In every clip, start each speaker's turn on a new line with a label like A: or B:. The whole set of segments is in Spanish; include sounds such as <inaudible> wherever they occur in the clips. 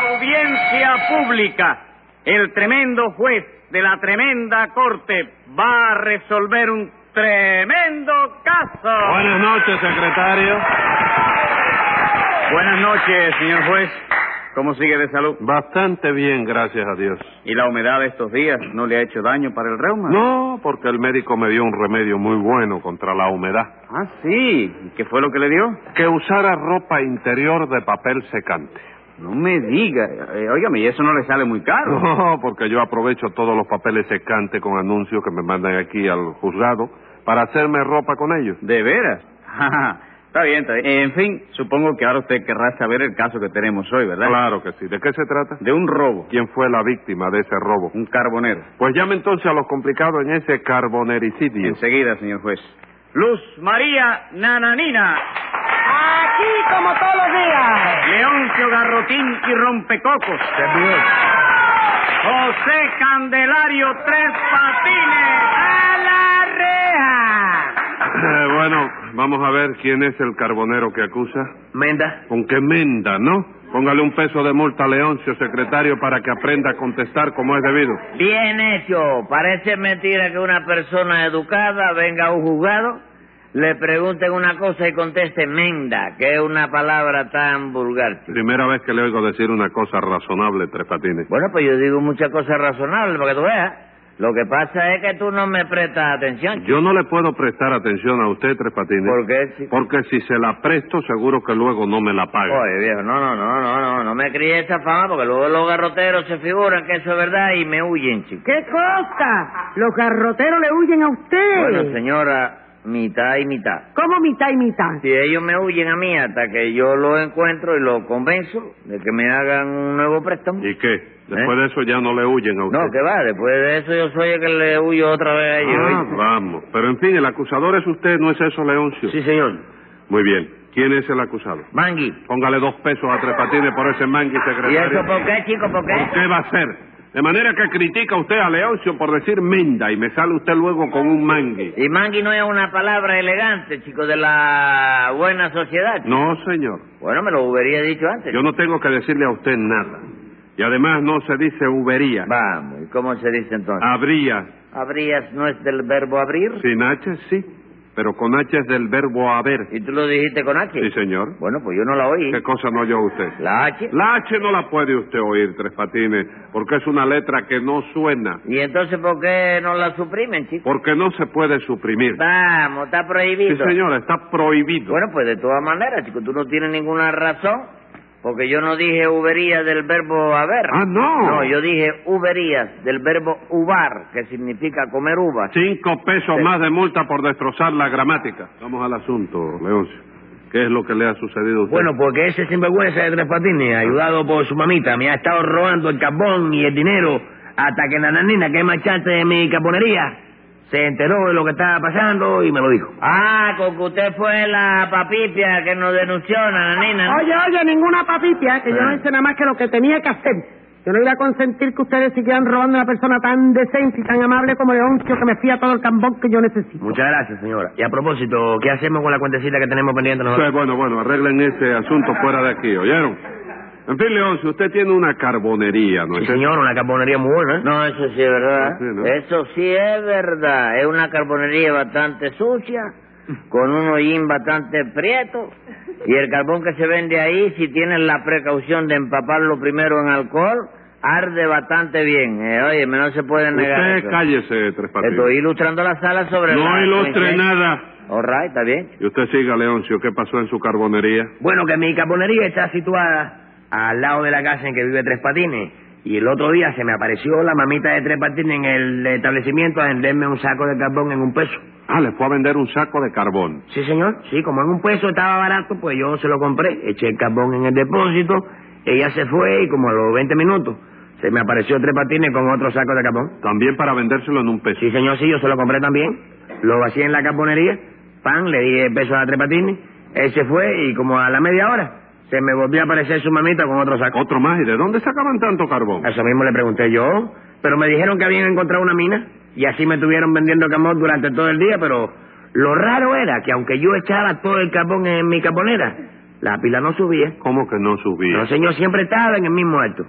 A: audiencia pública. El tremendo juez de la tremenda corte va a resolver un tremendo caso.
B: Buenas noches, secretario.
A: Buenas noches, señor juez. ¿Cómo sigue de salud?
B: Bastante bien, gracias a Dios.
A: ¿Y la humedad de estos días no le ha hecho daño para el reuma?
B: No, porque el médico me dio un remedio muy bueno contra la humedad.
A: Ah, sí. ¿Y qué fue lo que le dio?
B: Que usara ropa interior de papel secante. <laughs>
A: No me diga. Eh, óigame, y eso no le sale muy caro.
B: No, porque yo aprovecho todos los papeles secantes con anuncios que me mandan aquí al juzgado para hacerme ropa con ellos.
A: ¿De veras? <laughs> está bien, está bien. Eh, en fin, supongo que ahora usted querrá saber el caso que tenemos hoy, ¿verdad?
B: Claro que sí. ¿De qué se trata?
A: De un robo.
B: ¿Quién fue la víctima de ese robo?
A: Un carbonero.
B: Pues llame entonces a los complicados en ese carbonericidio.
A: Enseguida, señor juez. Luz María Nananina.
C: Aquí como todos los días.
A: Leoncio Garrotín y Rompecocos. José Candelario Tres Patines.
C: ¡A la reja!
B: Eh, <laughs> bueno, vamos a ver quién es el carbonero que acusa.
D: Menda,
B: Con qué menda, ¿no? Póngale un peso de multa a Leoncio, secretario, para que aprenda a contestar como es debido.
D: bien hecho. Parece mentira que una persona educada venga a un juzgado, le pregunten una cosa y conteste menda, que es una palabra tan vulgar. chico.
B: Primera vez que le oigo decir una cosa razonable, Tres Patines.
D: Bueno, pues yo digo muchas cosas razonables para que tú veas. Lo que pasa es que tú no me prestas atención. chico.
B: Yo no le puedo prestar atención a usted, Tres Patines.
D: ¿Por qué, chico?
B: Porque si se la presto, seguro que luego no me la paga.
D: Oye, viejo, no, no, no, no, no, no me críe esa fama porque luego los garroteros se figuran que eso es verdad y me huyen, chico.
C: ¿Qué cosa? Los garroteros le huyen a usted.
D: Bueno, señora, mitad y mitad.
C: ¿Cómo mitad y mitad?
D: Si ellos me huyen a mí hasta que yo los encuentro y los convenzo de que me hagan un nuevo préstamo.
B: ¿Y qué? Después de eso ya no le huyen a usted.
D: No, que va, después de eso yo soy el que le huyo otra vez a ellos.
B: Ah,
D: ¿oíste?
B: vamos. Pero en fin, el acusador es usted, ¿no es eso, Leoncio?
D: Sí, señor.
B: Muy bien. ¿Quién es el acusado?
D: Mangui.
B: Póngale dos pesos a Tres Patines por ese mangui,
D: ¿Y
B: secretario.
D: eso por qué, chico? ¿Por
B: ¿Por
D: qué?
B: qué va a ser? De manera que critica usted a Leoncio por decir menda y me sale usted luego con un mangui.
D: Y mangui no es una palabra elegante, chico, de la buena sociedad. chico.
B: No, señor.
D: Bueno, me lo hubiera dicho antes.
B: Yo no tengo que decirle a usted nada. Y además no se dice hubería.
D: Vamos, ¿y cómo se dice entonces?
B: Habría.
D: ¿Abrías no es del verbo abrir?
B: Sin H, Ah. sí. Pero con H es del verbo haber.
D: ¿Y tú lo dijiste con H?
B: Sí, señor.
D: Bueno, pues yo no la oí.
B: ¿Qué cosa no oyó usted?
D: ¿La H?
B: La H no la puede usted oír, Tres Patines, porque es una letra que no suena,
D: ¿Y entonces por qué no la suprimen, chico?
B: porque no se puede suprimir.
D: Vamos, está
B: Pues, Sí,
D: prohibido.
B: señora, está prohibido.
D: Bueno, pues de todas maneras, chico, tú no tienes ninguna razón, porque yo no dije ubería del verbo haber.
B: Ah, no.
D: No, yo dije uberías del verbo uvar, que significa comer uvas.
B: Cinco pesos
D: Sí.
B: más de multa por destrozar la gramática. Vamos al asunto, Leoncio. ¿Qué es lo que le ha sucedido a usted?
E: Bueno, porque ese sinvergüenza de Tres Patines, ayudado por su mamita, me ha estado robando el carbón y el dinero hasta que Nananina, que es marchante de mi carbonería, se enteró de lo que estaba pasando y me lo dijo.
D: Ah, con que usted fue la papipia que nos denunció, nananina. ¿no?
C: Oye, oye, ninguna papipia, ¿eh? que yo no hice nada más que lo que tenía que hacer. Yo no iba a consentir que ustedes siguieran robando a una persona tan decente y tan amable como Leoncio, que me fía todo el cambón que yo necesito.
E: Muchas gracias, señora. Y a propósito, ¿qué hacemos con la cuentecita que tenemos pendiente nosotros?
B: Pues, bueno, bueno, arreglen ese asunto fuera de aquí, ¿oyeron? En fin, Leoncio, usted tiene una carbonería, ¿no es
E: Sí,
B: eso?
E: señor, una carbonería muy buena. ¿eh?
D: No, eso sí es verdad.
B: Sí, ¿no?
D: Eso sí es verdad. Es una carbonería bastante sucia, con un hollín bastante prieto. Y el carbón que se vende ahí, si tienes la precaución de empaparlo primero en alcohol, arde bastante bien. Eh, oye, no se puede negar.
B: Usted
D: eso.
B: cállese, Tres
D: Estoy
B: Patines.
D: ilustrando la sala sobre
B: No
D: la- ¿eh?
B: ilustre nada.
D: All right, está bien.
B: Y usted siga, Leoncio, ¿qué pasó en su carbonería?
E: Bueno, que mi carbonería está situada al lado de la casa en que vive Tres Patines. Y el otro día se me apareció la mamita de Tres Patines en el establecimiento a venderme un saco de carbón en un peso.
B: Ah, le fue a vender un saco de carbón.
E: Sí, señor. Sí, como en un peso estaba barato, pues yo se lo compré. Eché el carbón en el depósito, ella se fue y como a los 20 minutos se me apareció Tres Patines con otro saco de carbón.
B: También para vendérselo en un peso.
E: Sí, señor, sí, yo se lo compré también. Lo vacié en la carbonería, pan, le di el peso a Tres Patines. Él se fue y como a la media hora se me volvió a aparecer su mamita con otro saco.
B: Otro más, ¿y de dónde sacaban tanto carbón?
E: Eso mismo le pregunté yo, pero me dijeron que habían encontrado una mina y así me estuvieron vendiendo carbón durante todo el día, pero lo raro era que aunque yo echaba todo el carbón en mi carbonera, La pila no subía.
B: ¿Cómo que no subía?
E: No, señor, siempre estaba en el mismo acto.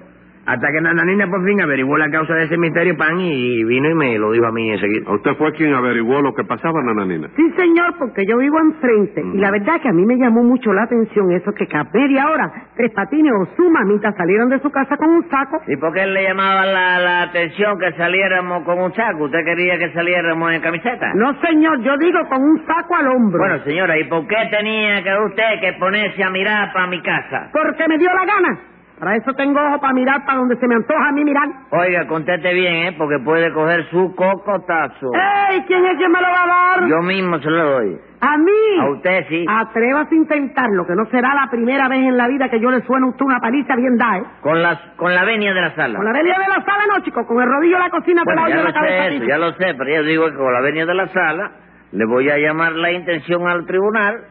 E: Hasta que Nananina por fin averiguó la causa de ese misterio, pan, y vino y me lo dijo a mí enseguida.
B: ¿A ¿Usted fue quien averiguó lo que pasaba, Nananina?
C: Sí, señor, porque yo vivo enfrente. Y la verdad que a mí me llamó mucho la atención eso que cada media hora Tres Patines o su mamita salieron de su casa con un saco.
D: ¿Y por qué le llamaba la, la atención que saliéramos con un saco? ¿Usted quería que saliéramos en camiseta?
C: No, señor, yo digo con un saco al hombro.
D: Bueno, señora, ¿y por qué tenía que usted que ponerse a mirar para mi casa?
C: Porque me dio la gana. Para eso tengo ojo para mirar para donde se me antoja a mí mirar.
D: Oiga, conteste bien, ¿eh? Porque puede coger su cocotazo.
C: ¡Ey! ¿Quién es que me lo va a dar?
D: Yo mismo se lo doy.
C: ¡A mí!
D: A usted sí.
C: Ah. Atrévase a intentarlo, que no será la primera vez en la vida que yo le suene a usted una paliza bien da, ¿eh?
D: Con la, con la venia de la sala.
C: Con la media de la sala no, chico, con el rodillo de la cocina te
D: Bueno, ya
C: la doy en
D: lo
C: la cabeza.
D: sé
C: a
D: eso,
C: ti.
D: ya lo sé, pero yo digo que con la venia de la sala le voy a llamar la intención al tribunal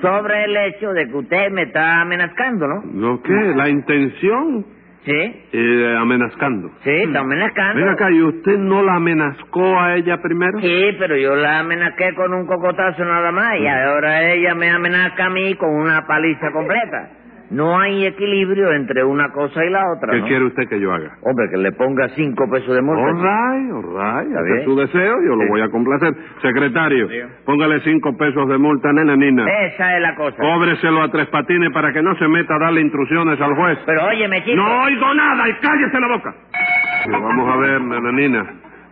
D: sobre el hecho de que usted me está amenazando, ¿no?
B: ¿Lo qué? ¿La intención?
D: Sí,
B: Eh, amenazcando.
D: sí, está
C: Mm.
D: amenazando.
B: Venga acá, ¿y usted no la amenazcó a ella primero?
D: Sí, pero yo la amenacé con un cocotazo nada más y ahora ella me amenaza a mí con una paliza completa. No hay equilibrio entre una cosa y la otra,
B: ¿Qué
D: ¿no?
B: quiere usted que yo haga?
D: Hombre, que le ponga cinco pesos de multa.
B: All right, all right.
D: Está
B: ese
D: bien.
B: es su deseo, yo
D: Sí.
B: lo voy a complacer. Secretario, póngale cinco pesos de multa, nena Nina.
D: Esa es la cosa.
B: Cóbreselo a Tres Patines para que no se meta a darle instrucciones al juez.
D: Pero óyeme, chico.
B: No oigo nada y cállese la boca. Vamos a ver, nananina.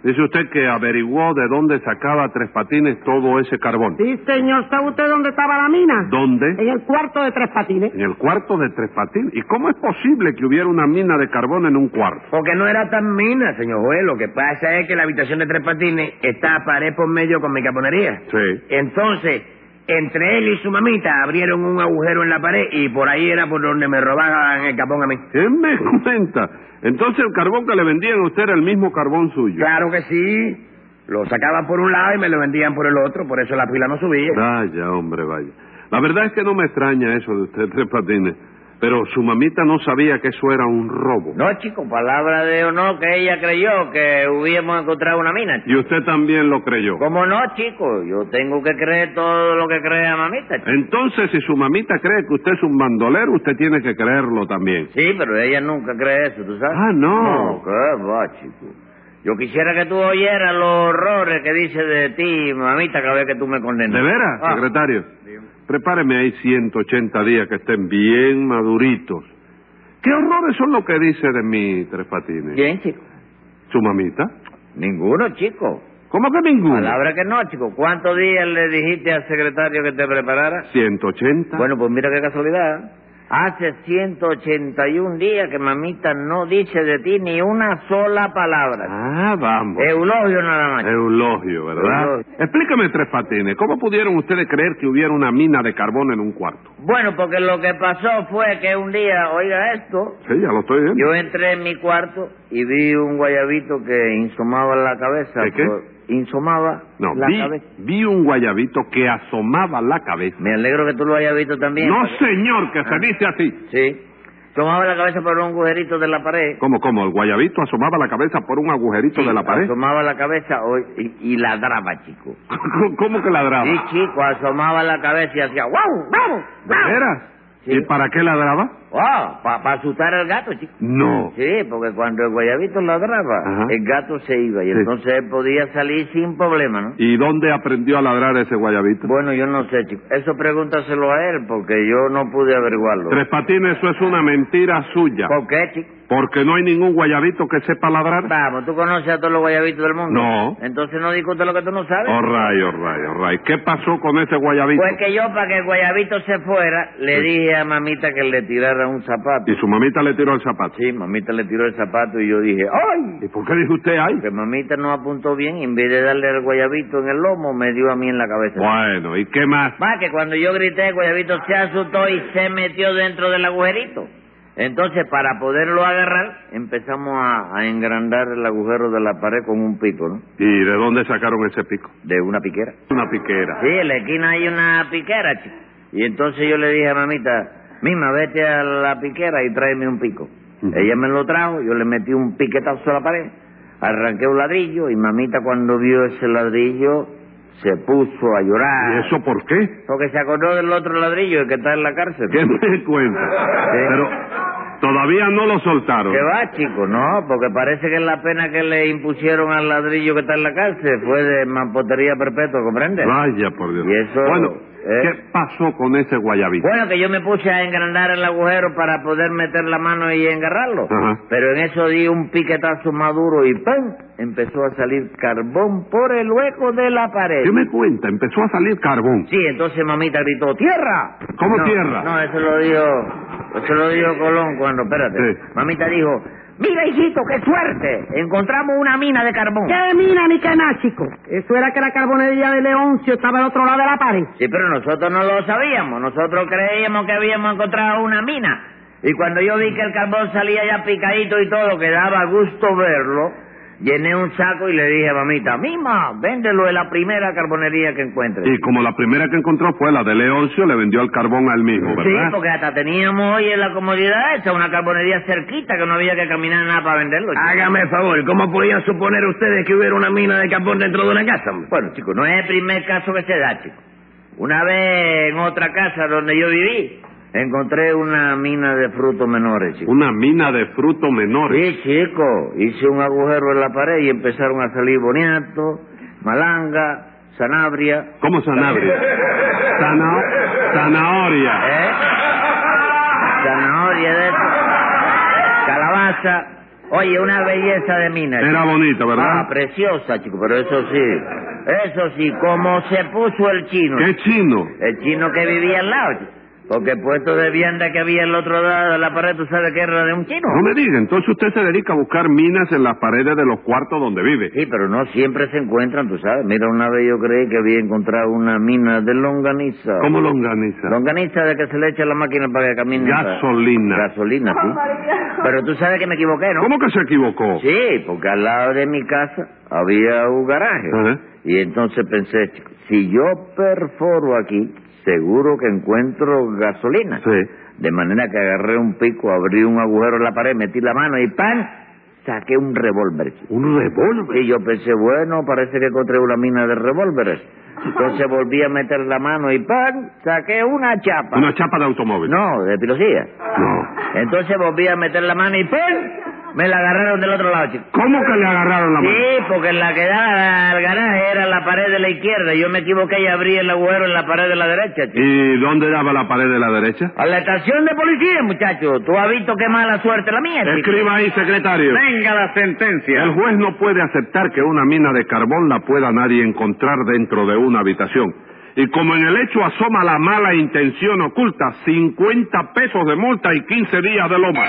B: Dice usted que averiguó de dónde sacaba Tres Patines todo ese carbón.
C: Sí, señor, ¿sabe usted dónde estaba la mina?
B: ¿Dónde?
C: En el cuarto de Tres Patines.
B: En el cuarto de Tres Patines. ¿Y cómo es posible que hubiera una mina de carbón en un cuarto?
E: Porque no era tan mina, señor juez. Lo que pasa es que la habitación de Tres Patines está a pared por medio con mi caponería.
B: Sí.
E: Entonces, entre él y su mamita abrieron un agujero en la pared y por ahí era por donde me robaban el capón a mí.
B: ¿Qué me comenta? Entonces el carbón que le vendían a usted era el mismo carbón suyo.
E: Claro que sí. Lo sacaban por un lado y me lo vendían por el otro, por eso la pila no subía.
B: Vaya, hombre, vaya. La verdad es que no me extraña eso de usted, Tres Patines. Pero su mamita no sabía que eso era un robo.
D: No, chico, palabra de honor que ella creyó que hubiéramos encontrado una mina. chico.
B: Y usted también lo creyó.
D: ¿Cómo no, chico? Yo tengo que creer todo lo que crea mamita. chico.
B: Entonces, si su mamita cree que usted es un bandolero, usted tiene que creerlo también.
D: Sí, pero ella nunca cree eso, ¿tú sabes?
B: Eh. Ah, no.
D: No, qué va, chico. Yo quisiera que tú oyeras los horrores que dice de ti, mamita, cada vez que tú me condenas.
B: ¿De veras,
D: Ah,
B: secretario? Prepáreme ahí 180 días que estén bien maduritos. ¿Qué horrores son lo que dice de mí, Tres Patines?
D: ¿Quién, chico?
B: ¿Su mamita?
D: Ninguno, chico.
B: ¿Cómo que ninguno?
D: Palabra que no, chico. ¿Cuántos días le dijiste al secretario que te preparara?
B: 180.
D: Bueno, pues mira qué casualidad. Hace 181 días que mamita no dice de ti ni una sola palabra.
B: Ah, vamos.
D: Eulogio nada más.
B: Eulogio, ¿verdad?
D: Eulogio.
B: Explícame, Tres Patines, ¿cómo pudieron ustedes creer que hubiera una mina de carbón en un cuarto?
D: Bueno, porque lo que pasó fue que un día, oiga esto,
B: Sí, ya lo estoy viendo.
D: yo entré en mi cuarto y vi un guayabito que insomaba la cabeza.
B: ¿De qué?
D: por- Insomaba
B: No,
D: la
B: vi,
D: cabeza.
B: vi un guayabito que asomaba la cabeza.
D: Me alegro que tú lo hayas visto también.
B: no,
D: porque-
B: señor, que
D: Ah.
B: se dice así.
D: Sí. Tomaba la cabeza por un agujerito de la pared.
B: ¿Cómo, cómo? El guayabito asomaba la cabeza por un agujerito
D: Sí,
B: de la pared.
D: Asomaba la cabeza o- y, y ladraba, chico.
B: <laughs> ¿Cómo que ladraba?
D: Sí, chico, asomaba la cabeza y hacía ¡guau, guau,
B: ¿De
D: guau!
B: veras?
D: Sí.
B: ¿Y para qué ladraba?
D: ¡Guau! Pa- pa' asustar al gato, chico.
B: No.
D: Sí, porque cuando el guayabito ladraba,
B: Ajá.
D: el gato se iba y
B: Sí.
D: entonces él podía salir sin problema, ¿no?
B: ¿Y dónde aprendió a ladrar ese guayabito?
D: Bueno, yo no sé, chico. Eso pregúntaselo a él porque yo no pude averiguarlo.
B: Tres Patines, eso es una mentira suya.
D: ¿Por qué, chico?
B: Porque no hay ningún guayabito que sepa ladrar.
D: Vamos, ¿tú conoces a todos los guayabitos del mundo?
B: No. Oh,
D: Entonces no discute lo que tú no sabes.
B: All right, all right, all right. ¿Qué pasó con ese guayabito?
D: Pues que yo, para que el guayabito se fuera, le
B: Sí.
D: dije a mamita que le tirara un zapato.
B: Y su mamita le tiró el zapato.
D: Sí, mamita le tiró el zapato y yo dije, ¡ay!
B: ¿Y por qué dijo usted ay?
D: Porque mamita no apuntó bien y en vez de darle el guayabito en el lomo, me dio a mí en la cabeza.
B: Bueno, ¿y qué más?
D: Más que cuando yo grité, el guayabito se asustó y se metió dentro del agujerito. Entonces, para poderlo agarrar, empezamos a, a engrandar el agujero de la pared con un pico, ¿no?
B: ¿Y de dónde sacaron ese pico?
D: De una piquera.
B: Una piquera.
D: Sí, en la esquina hay una piquera, chico. Y entonces yo le dije a mamita, mima, vete a la piquera y tráeme un pico.
B: Ujú.
D: Ella me lo trajo, yo le metí un piquetazo a la pared, arranqué un ladrillo y mamita cuando vio ese ladrillo se puso a llorar.
B: ¿Y eso por qué?
D: Porque se acordó del otro ladrillo, el que está en la cárcel.
B: ¿Qué me cuenta? Pero todavía no lo soltaron.
D: ¿Qué va, chico? No, porque parece que la pena que le impusieron al ladrillo que está en la cárcel fue de mampotería perpetua, ¿comprende?
B: Vaya, por Dios.
D: Y eso,
B: bueno,
D: eh.
B: ¿qué pasó con ese guayabito?
D: Bueno, que yo me puse a engrandar el agujero para poder meter la mano y engarrarlo.
B: Ajá.
D: Pero en eso di un piquetazo maduro y ¡pum! Empezó a salir carbón por el hueco de la pared.
B: ¿Qué me cuenta? Empezó a salir carbón.
D: Sí, entonces mamita gritó, ¡tierra!
B: ¿Cómo
D: No,
B: tierra?
D: No, eso lo dijo, eso lo dijo Colón cuando, espérate.
B: Sí.
D: Mamita dijo, mira hijito, qué suerte, encontramos una mina de carbón.
C: ¡Qué mina, ni qué nada, chico! Eso era que la carbonería de Leoncio estaba al otro lado de la pared.
D: Sí, pero nosotros no lo sabíamos. Nosotros creíamos que habíamos encontrado una mina. Y cuando yo vi que el carbón salía ya picadito y todo, que daba gusto verlo, llené un saco y le dije a mamita, Mima, véndelo en la primera carbonería que encuentres.
B: Y como la primera que encontró fue la de Leoncio, le vendió el carbón al mismo,
D: Sí,
B: ¿verdad?
D: porque hasta teníamos hoy en la comodidad esa, una carbonería cerquita que no había que caminar nada para venderlo. chico.
E: Hágame el favor, ¿cómo podían suponer ustedes que hubiera una mina de carbón dentro de una casa? hombre?
D: Bueno, chicos, no es el primer caso que se da, chico. Una vez en otra casa donde yo viví, encontré una mina de frutos menores, chico.
B: Una mina de frutos menores.
D: Sí, chico, hice un agujero en la pared y empezaron a salir boniato, malanga, sanabria.
B: ¿Cómo zanahoria? Zana- zanahoria.
D: ¿Eh? Zanahoria de eso. Calabaza. Oye, una belleza de mina. chico.
B: Era bonita,
D: Ah,
B: ¿verdad?
D: preciosa, chico, pero eso sí. Eso sí, como se puso el chino.
B: ¡Qué chino!
D: El chino que vivía al lado, chico. Porque el puesto de vianda que había al otro lado de la pared, tú sabes que era de un chino.
B: No me diga, entonces usted se dedica a buscar minas en las paredes de los cuartos donde vive.
D: Sí, pero no siempre se encuentran, tú sabes. Mira, una vez yo creí que había encontrado una mina de longaniza.
B: ¿Cómo lo organiza?
D: Longaniza de que se le echa a la máquina para que camine.
B: Gasolina.
D: Gasolina, sí.
C: Ah,
D: Pero tú sabes que me equivoqué, ¿no?
B: ¿Cómo que se equivocó?
D: Sí, porque al lado de mi casa había un garaje.
B: Ajá.
D: Y entonces pensé, chico, si yo perforo aquí, seguro que encuentro gasolina.
B: Sí.
D: De manera que agarré un pico, abrí un agujero en la pared, metí la mano y ¡pam! Saqué un revólver, chico.
B: ¿Un revólver?
D: Y yo pensé, bueno, parece que encontré una mina de revólveres.
B: <laughs>
D: Entonces volví a meter la mano y ¡pam! Saqué una chapa.
B: ¿Una chapa de automóvil?
D: No, de pilosía.
B: No.
D: Entonces volví a meter la mano y ¡pam! Me la agarraron del otro lado, chico.
B: ¿Cómo que le agarraron la mano?
D: Sí, porque la que daba al garaje era la pared de la izquierda. Yo me equivoqué y abrí el agujero en la pared de la derecha, chico.
B: ¿Y dónde daba la pared de la derecha?
D: A la estación de policía, muchacho. Tú has visto qué mala suerte la mía, chico.
B: Escriba ahí, secretario.
A: Venga la sentencia.
B: El juez no puede aceptar que una mina de carbón la pueda nadie encontrar dentro de una habitación. Y como en el hecho asoma la mala intención oculta, 50 pesos de multa y 15 días de loma.